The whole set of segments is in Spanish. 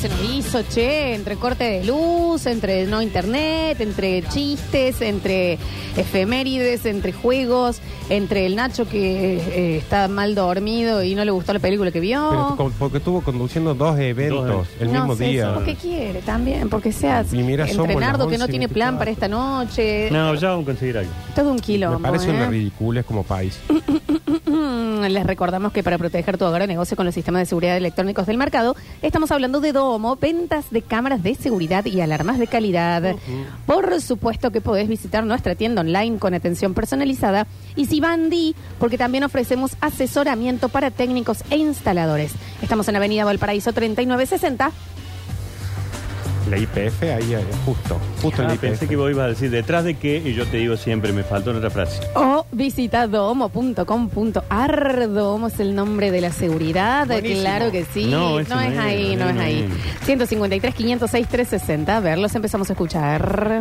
se nos hizo, che? Entre corte de luz, entre no internet, entre chistes, entre efemérides, entre juegos, entre el Nacho que eh, está mal dormido y no le gustó la película que Pero vio. con- porque estuvo conduciendo dos eventos Dos. el No mismo sé, día. eso porque quiere también, porque sea Y mira, somos entre las Nardo que no 11 y tiene plan para esta noche. No, ya vamos a conseguir algo. Todo un ¿eh? Me kilo. parece una ridiculez como país. Mm, Les recordamos que para proteger tu agronegocio con los sistemas de seguridad electrónicos del mercado, estamos hablando de Domo, ventas de cámaras de seguridad y alarmas de calidad. Por supuesto que podés visitar nuestra tienda online con atención personalizada y Sibandi, porque también ofrecemos asesoramiento para técnicos e instaladores. Estamos en Avenida Valparaíso 3960. La IPF ahí, eh, justo. Justo en la Ah, IPF. pensé que vos ibas a decir detrás de qué, y yo te digo siempre, me faltó en otra frase. O visita domo.com.ar. Domo es el nombre de la seguridad. Buenísimo. Claro que sí. No, No, es ese no era, ahí, no, no es era. ahí. 153, 506, 360. A ver, los empezamos a escuchar.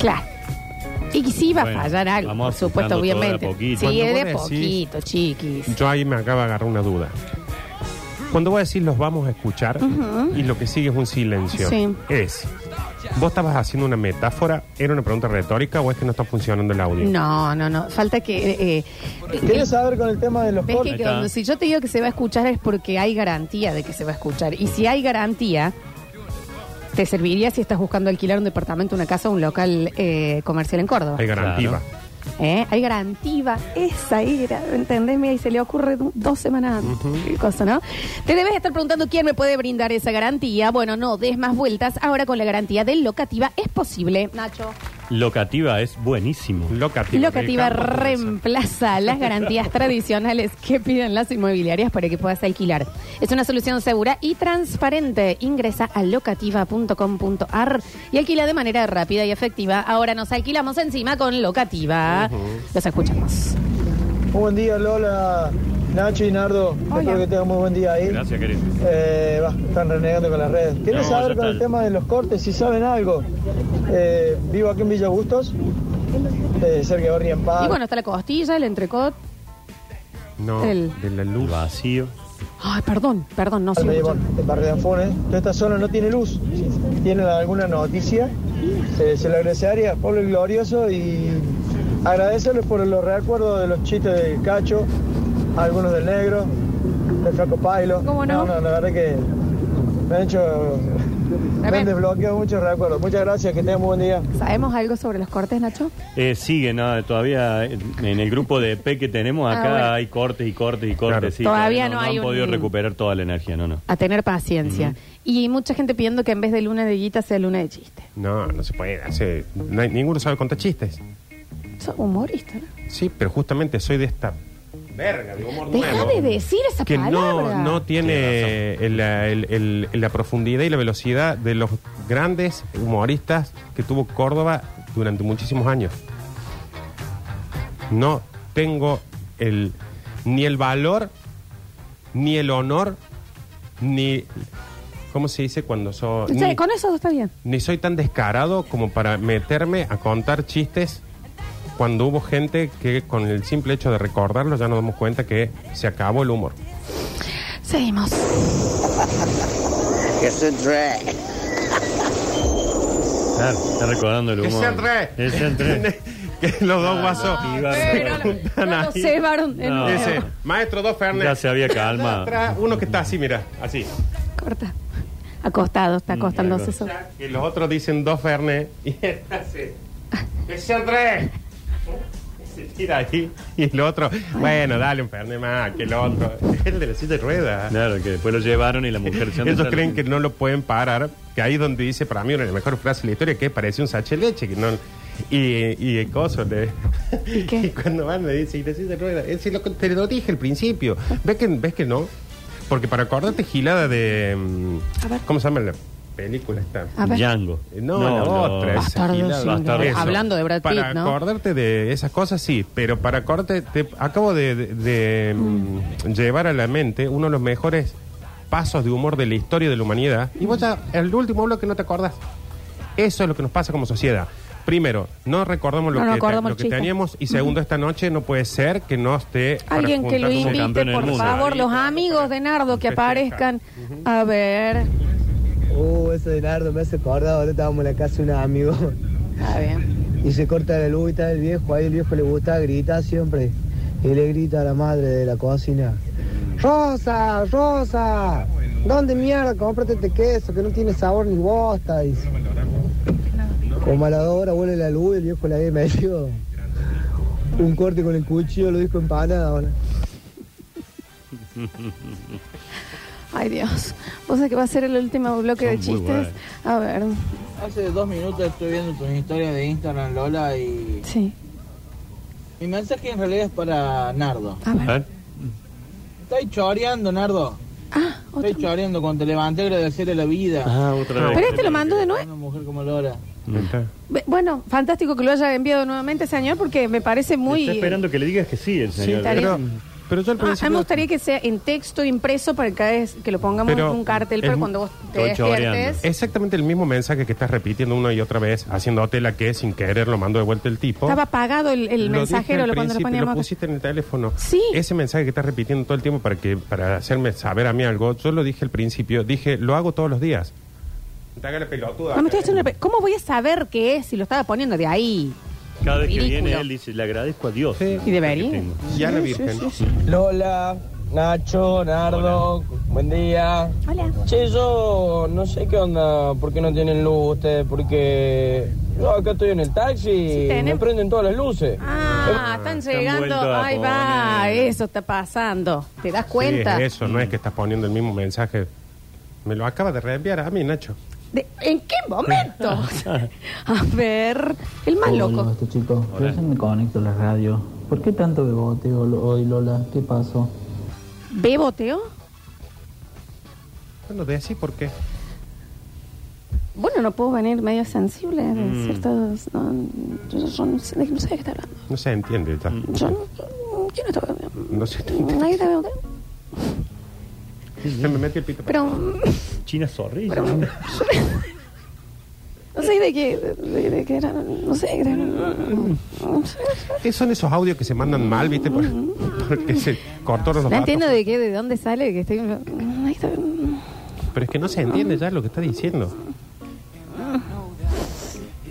Claro. Y sí va Bueno, a fallar algo, por vamos supuesto, ajustando todo de a obviamente. poquito. Sí, Cuando es vos de decís- poquito, chiquis. Yo ahí me acaba de agarrar una duda. Cuando vos decís los vamos a escuchar y lo que sigue es un silencio, Sí. es. ¿Vos estabas haciendo una metáfora? ¿Era una pregunta retórica o es que no está funcionando el audio? No, no, no. Falta que. eh, eh, Quería saber con el tema de los Ves cortes. que Ahí cuando- está. si yo te digo que se va a escuchar es porque hay garantía de que se va a escuchar. Y si hay garantía, te serviría si estás buscando alquilar un departamento, una casa o un local eh, comercial en Córdoba. Hay garantía. Claro. ¿Eh? Hay garantía. Esa era, ¿entendés? Mira, y se le ocurre du- dos semanas antes. Qué cosa, ¿no? Te debes estar preguntando quién me puede brindar esa garantía. Bueno, no des más vueltas. Ahora con la garantía de Locativa es posible, Nacho. Locativa es buenísimo. Locativa. Locativa del campo a tu mesa. reemplaza las garantías tradicionales que piden las inmobiliarias para que puedas alquilar. Es una solución segura y transparente. Ingresa a locativa.com.ar y alquila de manera rápida y efectiva. Ahora nos alquilamos encima con Locativa. Los escuchamos. Muy buen día, Lola, Nacho y Nardo. Hola. Espero que tengan muy buen día ahí. Gracias, querido. Eh, bah, están renegando con las redes. Quería No, saber ya con está. el tema de los cortes, si saben algo. Eh, vivo aquí en Villa Bustos, eh, cerca de Barrio Amparo. Y bueno, está la costilla, el entrecot. No, El- de la El luz. vacío. Ay, perdón, perdón, no Al sigo Medieval, escuchando. en Barrio de Anfones. Toda esta zona no tiene luz. ¿Tienen alguna noticia? Se, se lo agradecería a Pablo el Glorioso y agradecerles por los recuerdos de los chistes del Cacho, algunos del Negro, del Flaco Pailo. ¿Cómo no? No, la verdad que me han hecho... Me han Tremendo. desbloqueado muchos recuerdos. Muchas gracias, que tengan buen día. ¿Sabemos algo sobre los cortes, Nacho? Eh, sigue, no, todavía eh, en el grupo de EP que tenemos Ah, acá bueno. hay cortes y cortes y cortes. Claro. sí, Todavía no no hay han podido un- recuperar toda la energía, no, no. A tener paciencia. Y mucha gente pidiendo que en vez de luna de guita sea luna de chiste. No, no se puede hacer. No hay- ninguno sabe contar chistes. Sos humorista, ¿no? Sí, pero justamente soy de esta verga de humor Deja nuevo. de decir esa que palabra. no, no tiene el- el- el- la profundidad y la velocidad de los grandes humoristas que tuvo Córdoba durante muchísimos años. No tengo el ni el valor, ni el honor, ni ¿cómo se dice cuando soy? Sí, Ni, con eso está bien. ni soy tan descarado como para meterme a contar chistes cuando hubo gente que con el simple hecho de recordarlo ya nos damos cuenta que se acabó el humor. Seguimos. Que se entre. Ah, está recordando el Que humor. se entre. Que se entre. que los dos guasos Ah, se pero no- juntan no lo ahí. sé, varón, de nuevo. Dice, maestro, dos Fernet. Ya se había calmado. Atrás, Uno que está así, mira, así. Corta. Acostado, está Mm, acostándose claro. sobre. Y los otros dicen dos Fernet. Y él hace, que se entre. Se tira ahí. Y el otro, bueno, dale un Fernet más que el otro. El de la silla de ruedas. Claro, que después lo llevaron y la mujer se Ellos creen que no lo pueden parar, que ahí es donde dice para mí una de las mejores frases de la historia, que es parece un sachet de leche, que no... Y, y el coso le- ¿Y qué? cuando van le dice, y le dice rueda, es decir, lo que te lo dije al principio. ¿Ves que, ves que no? Porque para acordarte gilada de... mm, A ver. ¿Cómo se llama la película esta? A ver. Django. Eh, No, la otra. esa Bastardo gilada. sin Bastardo. gloria. Eso. Hablando de Brad Para Pitt, ¿no? acordarte de esas cosas, sí, pero para acordarte, te acabo de, de- de, mm, llevar a la mente uno de los mejores pasos de humor de la historia de la humanidad. Y vos ya, el último bloque no te acordás. Eso es lo que nos pasa como sociedad. primero, no recordamos lo, No que, recordamos, lo que chicos. teníamos. Y segundo, esta noche no puede ser que no esté. para Alguien que lo juntarnos un invite, campeón del por mundo. favor, los Ahí, amigos de Nardo que festejar. aparezcan. A ver. Uh, eso de Nardo me hace acordar, ahora estábamos en la casa de un amigo A ver. y se corta la luz y está el viejo, ahí el viejo le gusta gritar siempre y le grita a la madre de la cocina, Rosa, Rosa, ¿dónde mierda compraste este queso que no tiene sabor ni bosta? Dice. Como a la hora vuelve la luz y el viejo le había metido un corte con el cuchillo, lo dijo empanada. ahora. Ay, Dios. ¿Vos sabés que va a ser el último bloque de Son muy chistes? A ver. Hace dos minutos estoy viendo tus historias de Instagram, Lola, y Sí. mi mensaje en realidad es para Nardo. A A ver. ver. Estoy choreando, Nardo. Ah, otro. Estoy choreando cuando te levanté agradecerle la vida. Ah, otra Pero vez. este lo mandó de nuevo. Una mujer como Lola. Mm. Está. Be- Bueno, fantástico que lo haya enviado nuevamente, señor, porque me parece muy... Está esperando que le digas que sí el señor. estaría- Pero, pero yo al No, Ah, a mí principio. me gustaría que sea en texto impreso para que, cada vez que lo pongamos Pero en un cartel es para mu- cuando vos te Estoy choreando. despiertes. Exactamente el mismo mensaje que estás repitiendo una y otra vez, haciéndote la que sin querer lo mandó de vuelta el tipo. Estaba apagado el, el Lo mensajero dije lo al cuando lo principio, poníamos. lo pusiste en el teléfono. Sí. Ese mensaje que estás repitiendo todo el tiempo para que para hacerme saber a mí algo, yo lo dije al principio, dije, lo hago todos los días. Te haga la pelotuda. No, Ah, me estoy haciendo una pe- ¿Cómo voy a saber qué es si lo estaba poniendo de ahí? Cada vez que Ridículo. viene él dice, le agradezco a Dios. Sí. ¿no? Y debería. Lo que tengo. Y a la Virgen. Lola, Nacho, Nardo, buen día. Hola. Che, yo no sé qué onda, por qué no tienen luz ustedes, porque yo acá estoy en el taxi y me tenemos. prenden todas las luces. Ah, están están llegando. vuelto a Ahí va, poner. eso está pasando. ¿Te das Sí, es cuenta? eso, no es que estás poniendo el mismo mensaje. Me lo acabas de reenviar a mí, Nacho. ¿De- ¿En qué momento? a ver, el más loco. Hola, chicos. Yo ya me conecto a la radio. ¿Por qué tanto beboteo lo- hoy, Lola? ¿Qué pasó? ¿Beboteo? Bueno, de así, ¿por qué? Bueno, no puedo venir medio sensible de ciertos. No, yo, yo no sé de qué no sé de qué está hablando. No se entiende. está. Yo no. yo- ¿Quién está hablando? No se entiende. Nadie está hablando. Se me mete el pito. para- Pero. No China sorrisa. sé de qué. De, de qué era. No sé. de- no sé. ¿Qué son esos audios que se mandan mal, viste? Por- Porque se cortó los No datos. entiendo de qué, de dónde sale, que estoy... Ahí está. Pero es que no se entiende ya lo que está diciendo.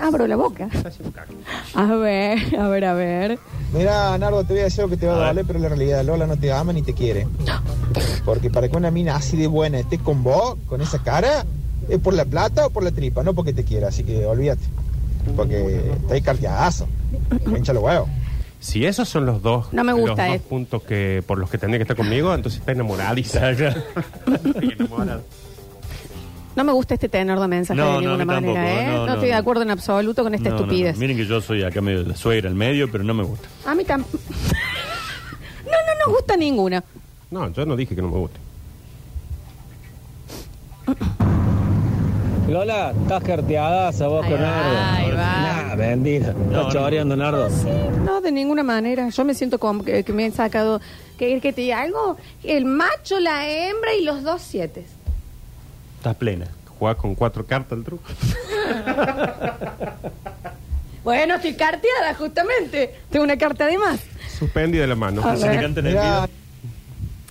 Abro la boca. Está haciendo caca. A ver, a ver, a ver. Mira, Nardo, te voy a decir lo que te va A a, ver. doler, pero la realidad, Lola no te ama ni te quiere. Porque para que una mina así de buena esté con vos, con esa cara, es por la plata o por la tripa, no porque te quiera, así que olvídate. Porque está ahí carteadazo. Pincha los huevos. Si esos son los dos, No me gusta, los dos eh. puntos que, por los que tendría que estar conmigo, entonces está enamoradiza. Enamorada. No me gusta este tenor de mensaje No, de no, ninguna a mí manera, tampoco, ¿eh? No, no, no, estoy de no. acuerdo en absoluto con esta No, no, no. estupidez. Miren que yo soy acá medio la suegra al medio, pero no me gusta. A mí tampoco... no, no nos gusta ninguna. No, yo no dije que no me guste. Lola, estás carteadaza vos Ahí va, ahí va. Nah, bendita. No, no. Estás choreando, Nardo. Sí, no, de ninguna manera. Yo me siento como que, que me han sacado... Que, que te diga algo, el macho, la hembra y los dos siete. Estás plena. Jugás con cuatro cartas el truco. Bueno, estoy carteada justamente. Tengo una carta de más. Suspendida la mano. A Se te ver. canta en el Mirá, dedo.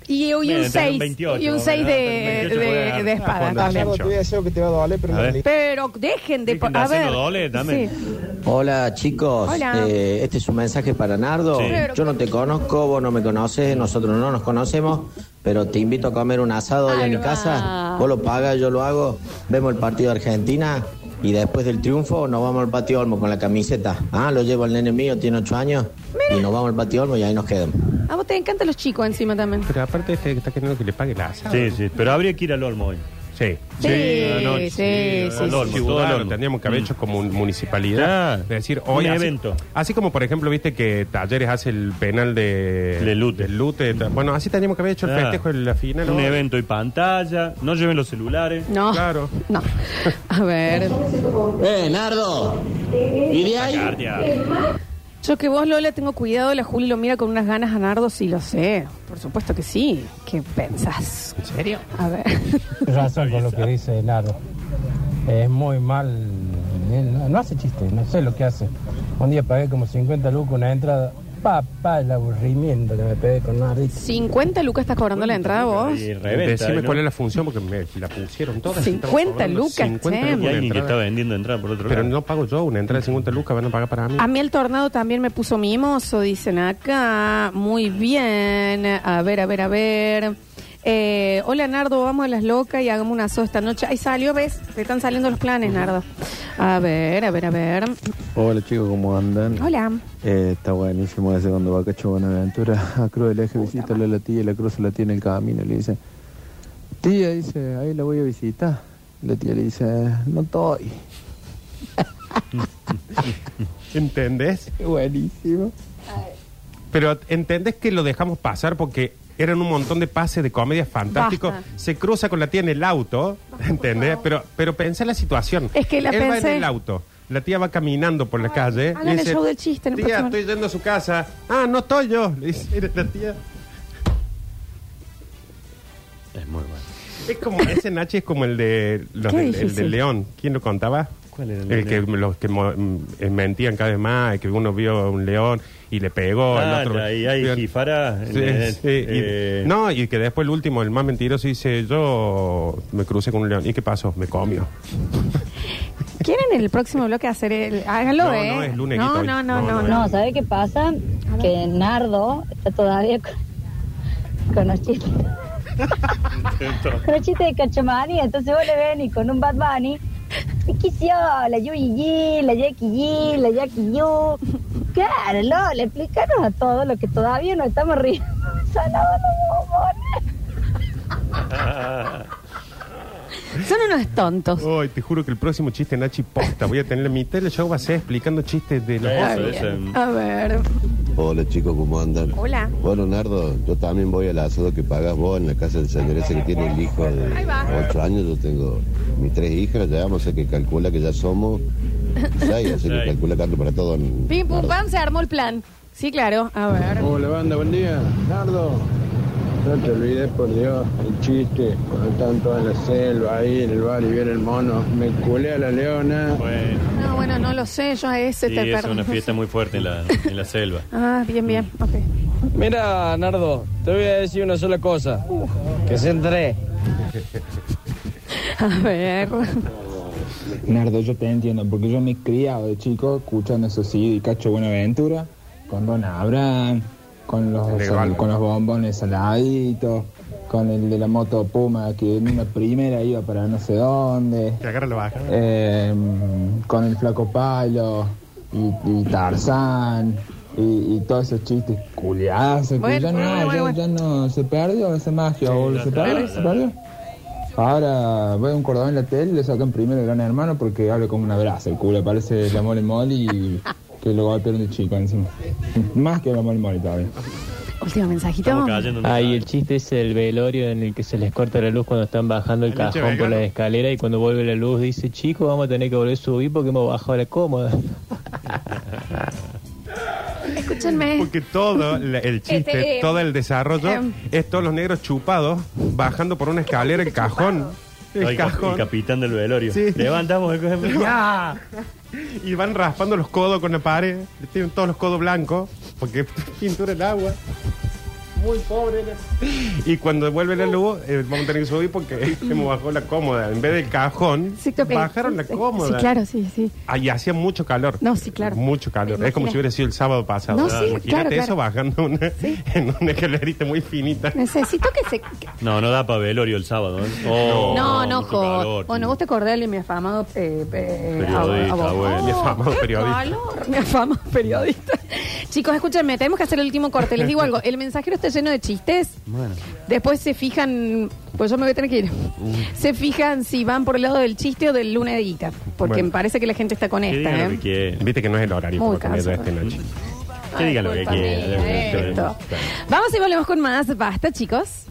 Y, y un Bien, tenés 6. 28, Y un 6 de, ¿verdad? 28 de- juega. de espada Ah, también. Nardo, te voy a decir lo que te va a doler, pero A la ver. realidad. Pero dejen de. Dejen de a hacerlo ver. doble, dame. Sí. Hola chicos, Hola. Eh, este es un mensaje para Nardo. Sí. Yo no te conozco, vos no me conoces, nosotros no nos conocemos, pero te invito a comer un asado hoy Ahí en mi va. casa. Vos lo pagas, yo lo hago. Vemos el partido de Argentina y después del triunfo nos vamos al patio Olmo con la camiseta. Ah, lo llevo al nene mío, tiene ocho años, y nos vamos al patio Olmo y ahí nos quedamos. A vos te encantan los chicos encima también. Pero aparte este que está queriendo que le pague la asada. Sí, sí, pero habría que ir al Olmo hoy. Sí. Sí, sí, anoche, sí. sí, sí. Olmo, Sí, todo claro, Olmo. tendríamos que haber hecho como un- municipalidad. Ya. Es decir, hoy. Un así- evento. Así como, por ejemplo, viste que Talleres hace el penal de. De Lute. de ta- Bueno, así tendríamos que haber hecho el Ah. festejo de la final. Un hoy. evento y pantalla. No lleven los celulares. No. Claro. No. A ver. ¡Eh, Nardo! ¿Y de ahí? Guardia. Yo que vos, Lola, tengo cuidado. La Juli lo mira con unas ganas a Nardo, sí lo sé. Por supuesto que sí. ¿Qué pensás? ¿En serio? A ver. razón con lo que dice Nardo. Es muy mal él no, no hace chistes, no sé lo que hace. Un día pagué como 50 lucas una entrada. Papá, el aburrimiento que me pegué con una risa. 50 lucas estás cobrando la entrada vos. Y reventa. Decime ¿no? cuál es la función porque me la pusieron todas. 50 Estamos hablando de lucas, 50 che. Y lucas de alguien que está entrada. vendiendo entrada por otro Pero lado. no pago yo una entrada de 50 lucas, van a pagar para mí. A mí el tornado también me puso mimoso, dicen acá. Muy bien. A ver, a ver, a ver. Eh, hola, Nardo, vamos a las locas y hagamos una asado esta noche. Ahí salió, ¿ves? Te están saliendo los planes, Nardo. A ver, a ver, a ver. Hola chicos, ¿cómo andan? Hola. Eh, está buenísimo ese cuando va Cacho Buenaventura a Cruz del Eje, visita a la tía y la cruza la tía en el camino. Le dice, tía, dice, ahí la voy a visitar. La tía le dice, no estoy. ¿Entendés? Buenísimo. Pero ¿entendés que lo dejamos pasar porque eran un montón de pases de comedia fantásticos? Basta. Se cruza con la tía en el auto, ¿entendés? Pero, pero pensá la situación. Es que la Él va pensé. en el auto. La tía va caminando por la calle. hagan le el show del chiste, no Tía, pasa nada". estoy yendo a su casa. Ah, no estoy yo. Le dice "Eres la tía. Es muy bueno. Es como, ese Nachi es como el de los Qué del- el difícil. del León. ¿Quién lo contaba? ¿Cuál era el el del que León? los que mo- mm, eh, mentían cada vez más, que uno vio un león y le pegó, Ah, el otro ahí hay vio- jifaras en Sí, el- sí, eh, y- no, y que después el último, el más mentiroso, dice, yo me crucé con un león. ¿Y qué pasó? Me comió. ¿Quieren en el próximo bloque hacer el. Háganlo, No, ¿eh? no, es lunes, No, Guito, no, hoy. no, no. No, no. No, ¿sabe qué pasa? Que Nardo está todavía con, con los chistes. con los chistes de Cachamani, entonces vos le ven y con un Bad Bunny. ¿y ¿Qué hizo? La Yuyi G, la Jackie G, la Jackie Yu. Claro, no, le explicaron a todo lo que todavía no estamos riendo. Salado los bombones. Son unos tontos. Ay, te juro que el próximo chiste Nachi posta. Voy a tener la mitad del show va a ser explicando chistes de los Está eso, bien. eso. A ver. Hola chicos, ¿cómo andan? Hola. Bueno, Nardo, yo también voy al asado que pagas vos en la casa del señor ese que tiene el hijo de Ahí va. 8 años. Yo tengo mis tres hijas, ya vamos, o sea que calcula que ya somos 6, así que Seis. calcula Carlos para todo. Pim, pum, Nardo. pam, se armó el plan. Sí, claro. A ver. Hola banda, buen día. Nardo, no te olvides por Dios el chiste, cuando están todas en la selva ahí en el bar y viene el mono. Me culé a la leona. Bueno, No, bueno, no lo sé. Yo a ese sí, te es perdí. una fiesta muy fuerte en la, en la selva. Ah, bien, bien. Ok. Mm. Mira, Nardo, te voy a decir una sola cosa. Que se entré. A ver. Nardo, yo te entiendo, porque yo me he criado de chico escuchando eso sí, y Cacho Buenaventura, con Don Abraham, con los, De Galvez. con los bombones saladitos, con el de la moto Puma que en una primera iba para no sé dónde, Que agarra la baja. eh, con el flaco palo y, y Tarzán. Y, y todos esos chistes culiazos que Bueno, ya no, bueno, bueno, ya- bueno. ya no se perdió esa Sí, magia, boludo, ya se está, perdió, ya se perdió. Ahora veo un cordón en la tele, le sacan primero el gran hermano porque habla como una brasa el culo, parece la mole mole y que lo golpearon de chico encima. Más que la mole mole todavía. Último mensajito. Estamos cayendo en un- Ay, el chiste es el velorio en el que se les corta la luz cuando están bajando el El leche cajón por vegano. la escalera y cuando vuelve la luz dice, chicos, vamos a tener que volver a subir porque hemos bajado la cómoda. Escúchenme. Porque todo la- el chiste, Este, eh, todo el desarrollo em. es todos los negros chupados bajando por una escalera el cajón. Ay, El el cap- cajón. el capitán del velorio. Sí. Levantamos el cajón. ¡Ya! Y van raspando los codos con la pared. Tienen todos los codos blancos porque pintura el agua. Muy pobre. era. Y cuando vuelve la luz, eh, vamos a tener que subir porque hemos bajado la cómoda. En vez del cajón, Sí, que- bajaron la sí, cómoda. Sí, claro, sí, sí. Ah, y hacía mucho calor. No, sí, claro. Mucho calor. Imagina- Es como si hubiera sido el sábado pasado. No, sí, Imagínate claro, claro. eso bajando una- en una escalerita muy finita. Necesito que se. que- No, no da para velorio el sábado. ¿eh? Oh, No, no, mucho jo. calor. Bueno, vos te acordás de mi afamado. Eh, eh, Periodista, abogado. bueno. Mi afamado qué periodista. calor, Mi afamado periodista. Chicos, escúchenme, tenemos que hacer el último corte. Les digo algo. El mensajero está lleno de chistes. Bueno. Después se fijan, pues yo me voy a tener que ir. Se fijan si van por el lado del chiste o del luna de guita, porque Bueno. me parece que la gente está con Que esta. digan lo ¿eh? que quieran. Viste que no es el horario Muy para comer cansado. esta noche. Que digan lo que Culpa mía, quieran. esto. Vamos y volvemos con más. Basta, chicos.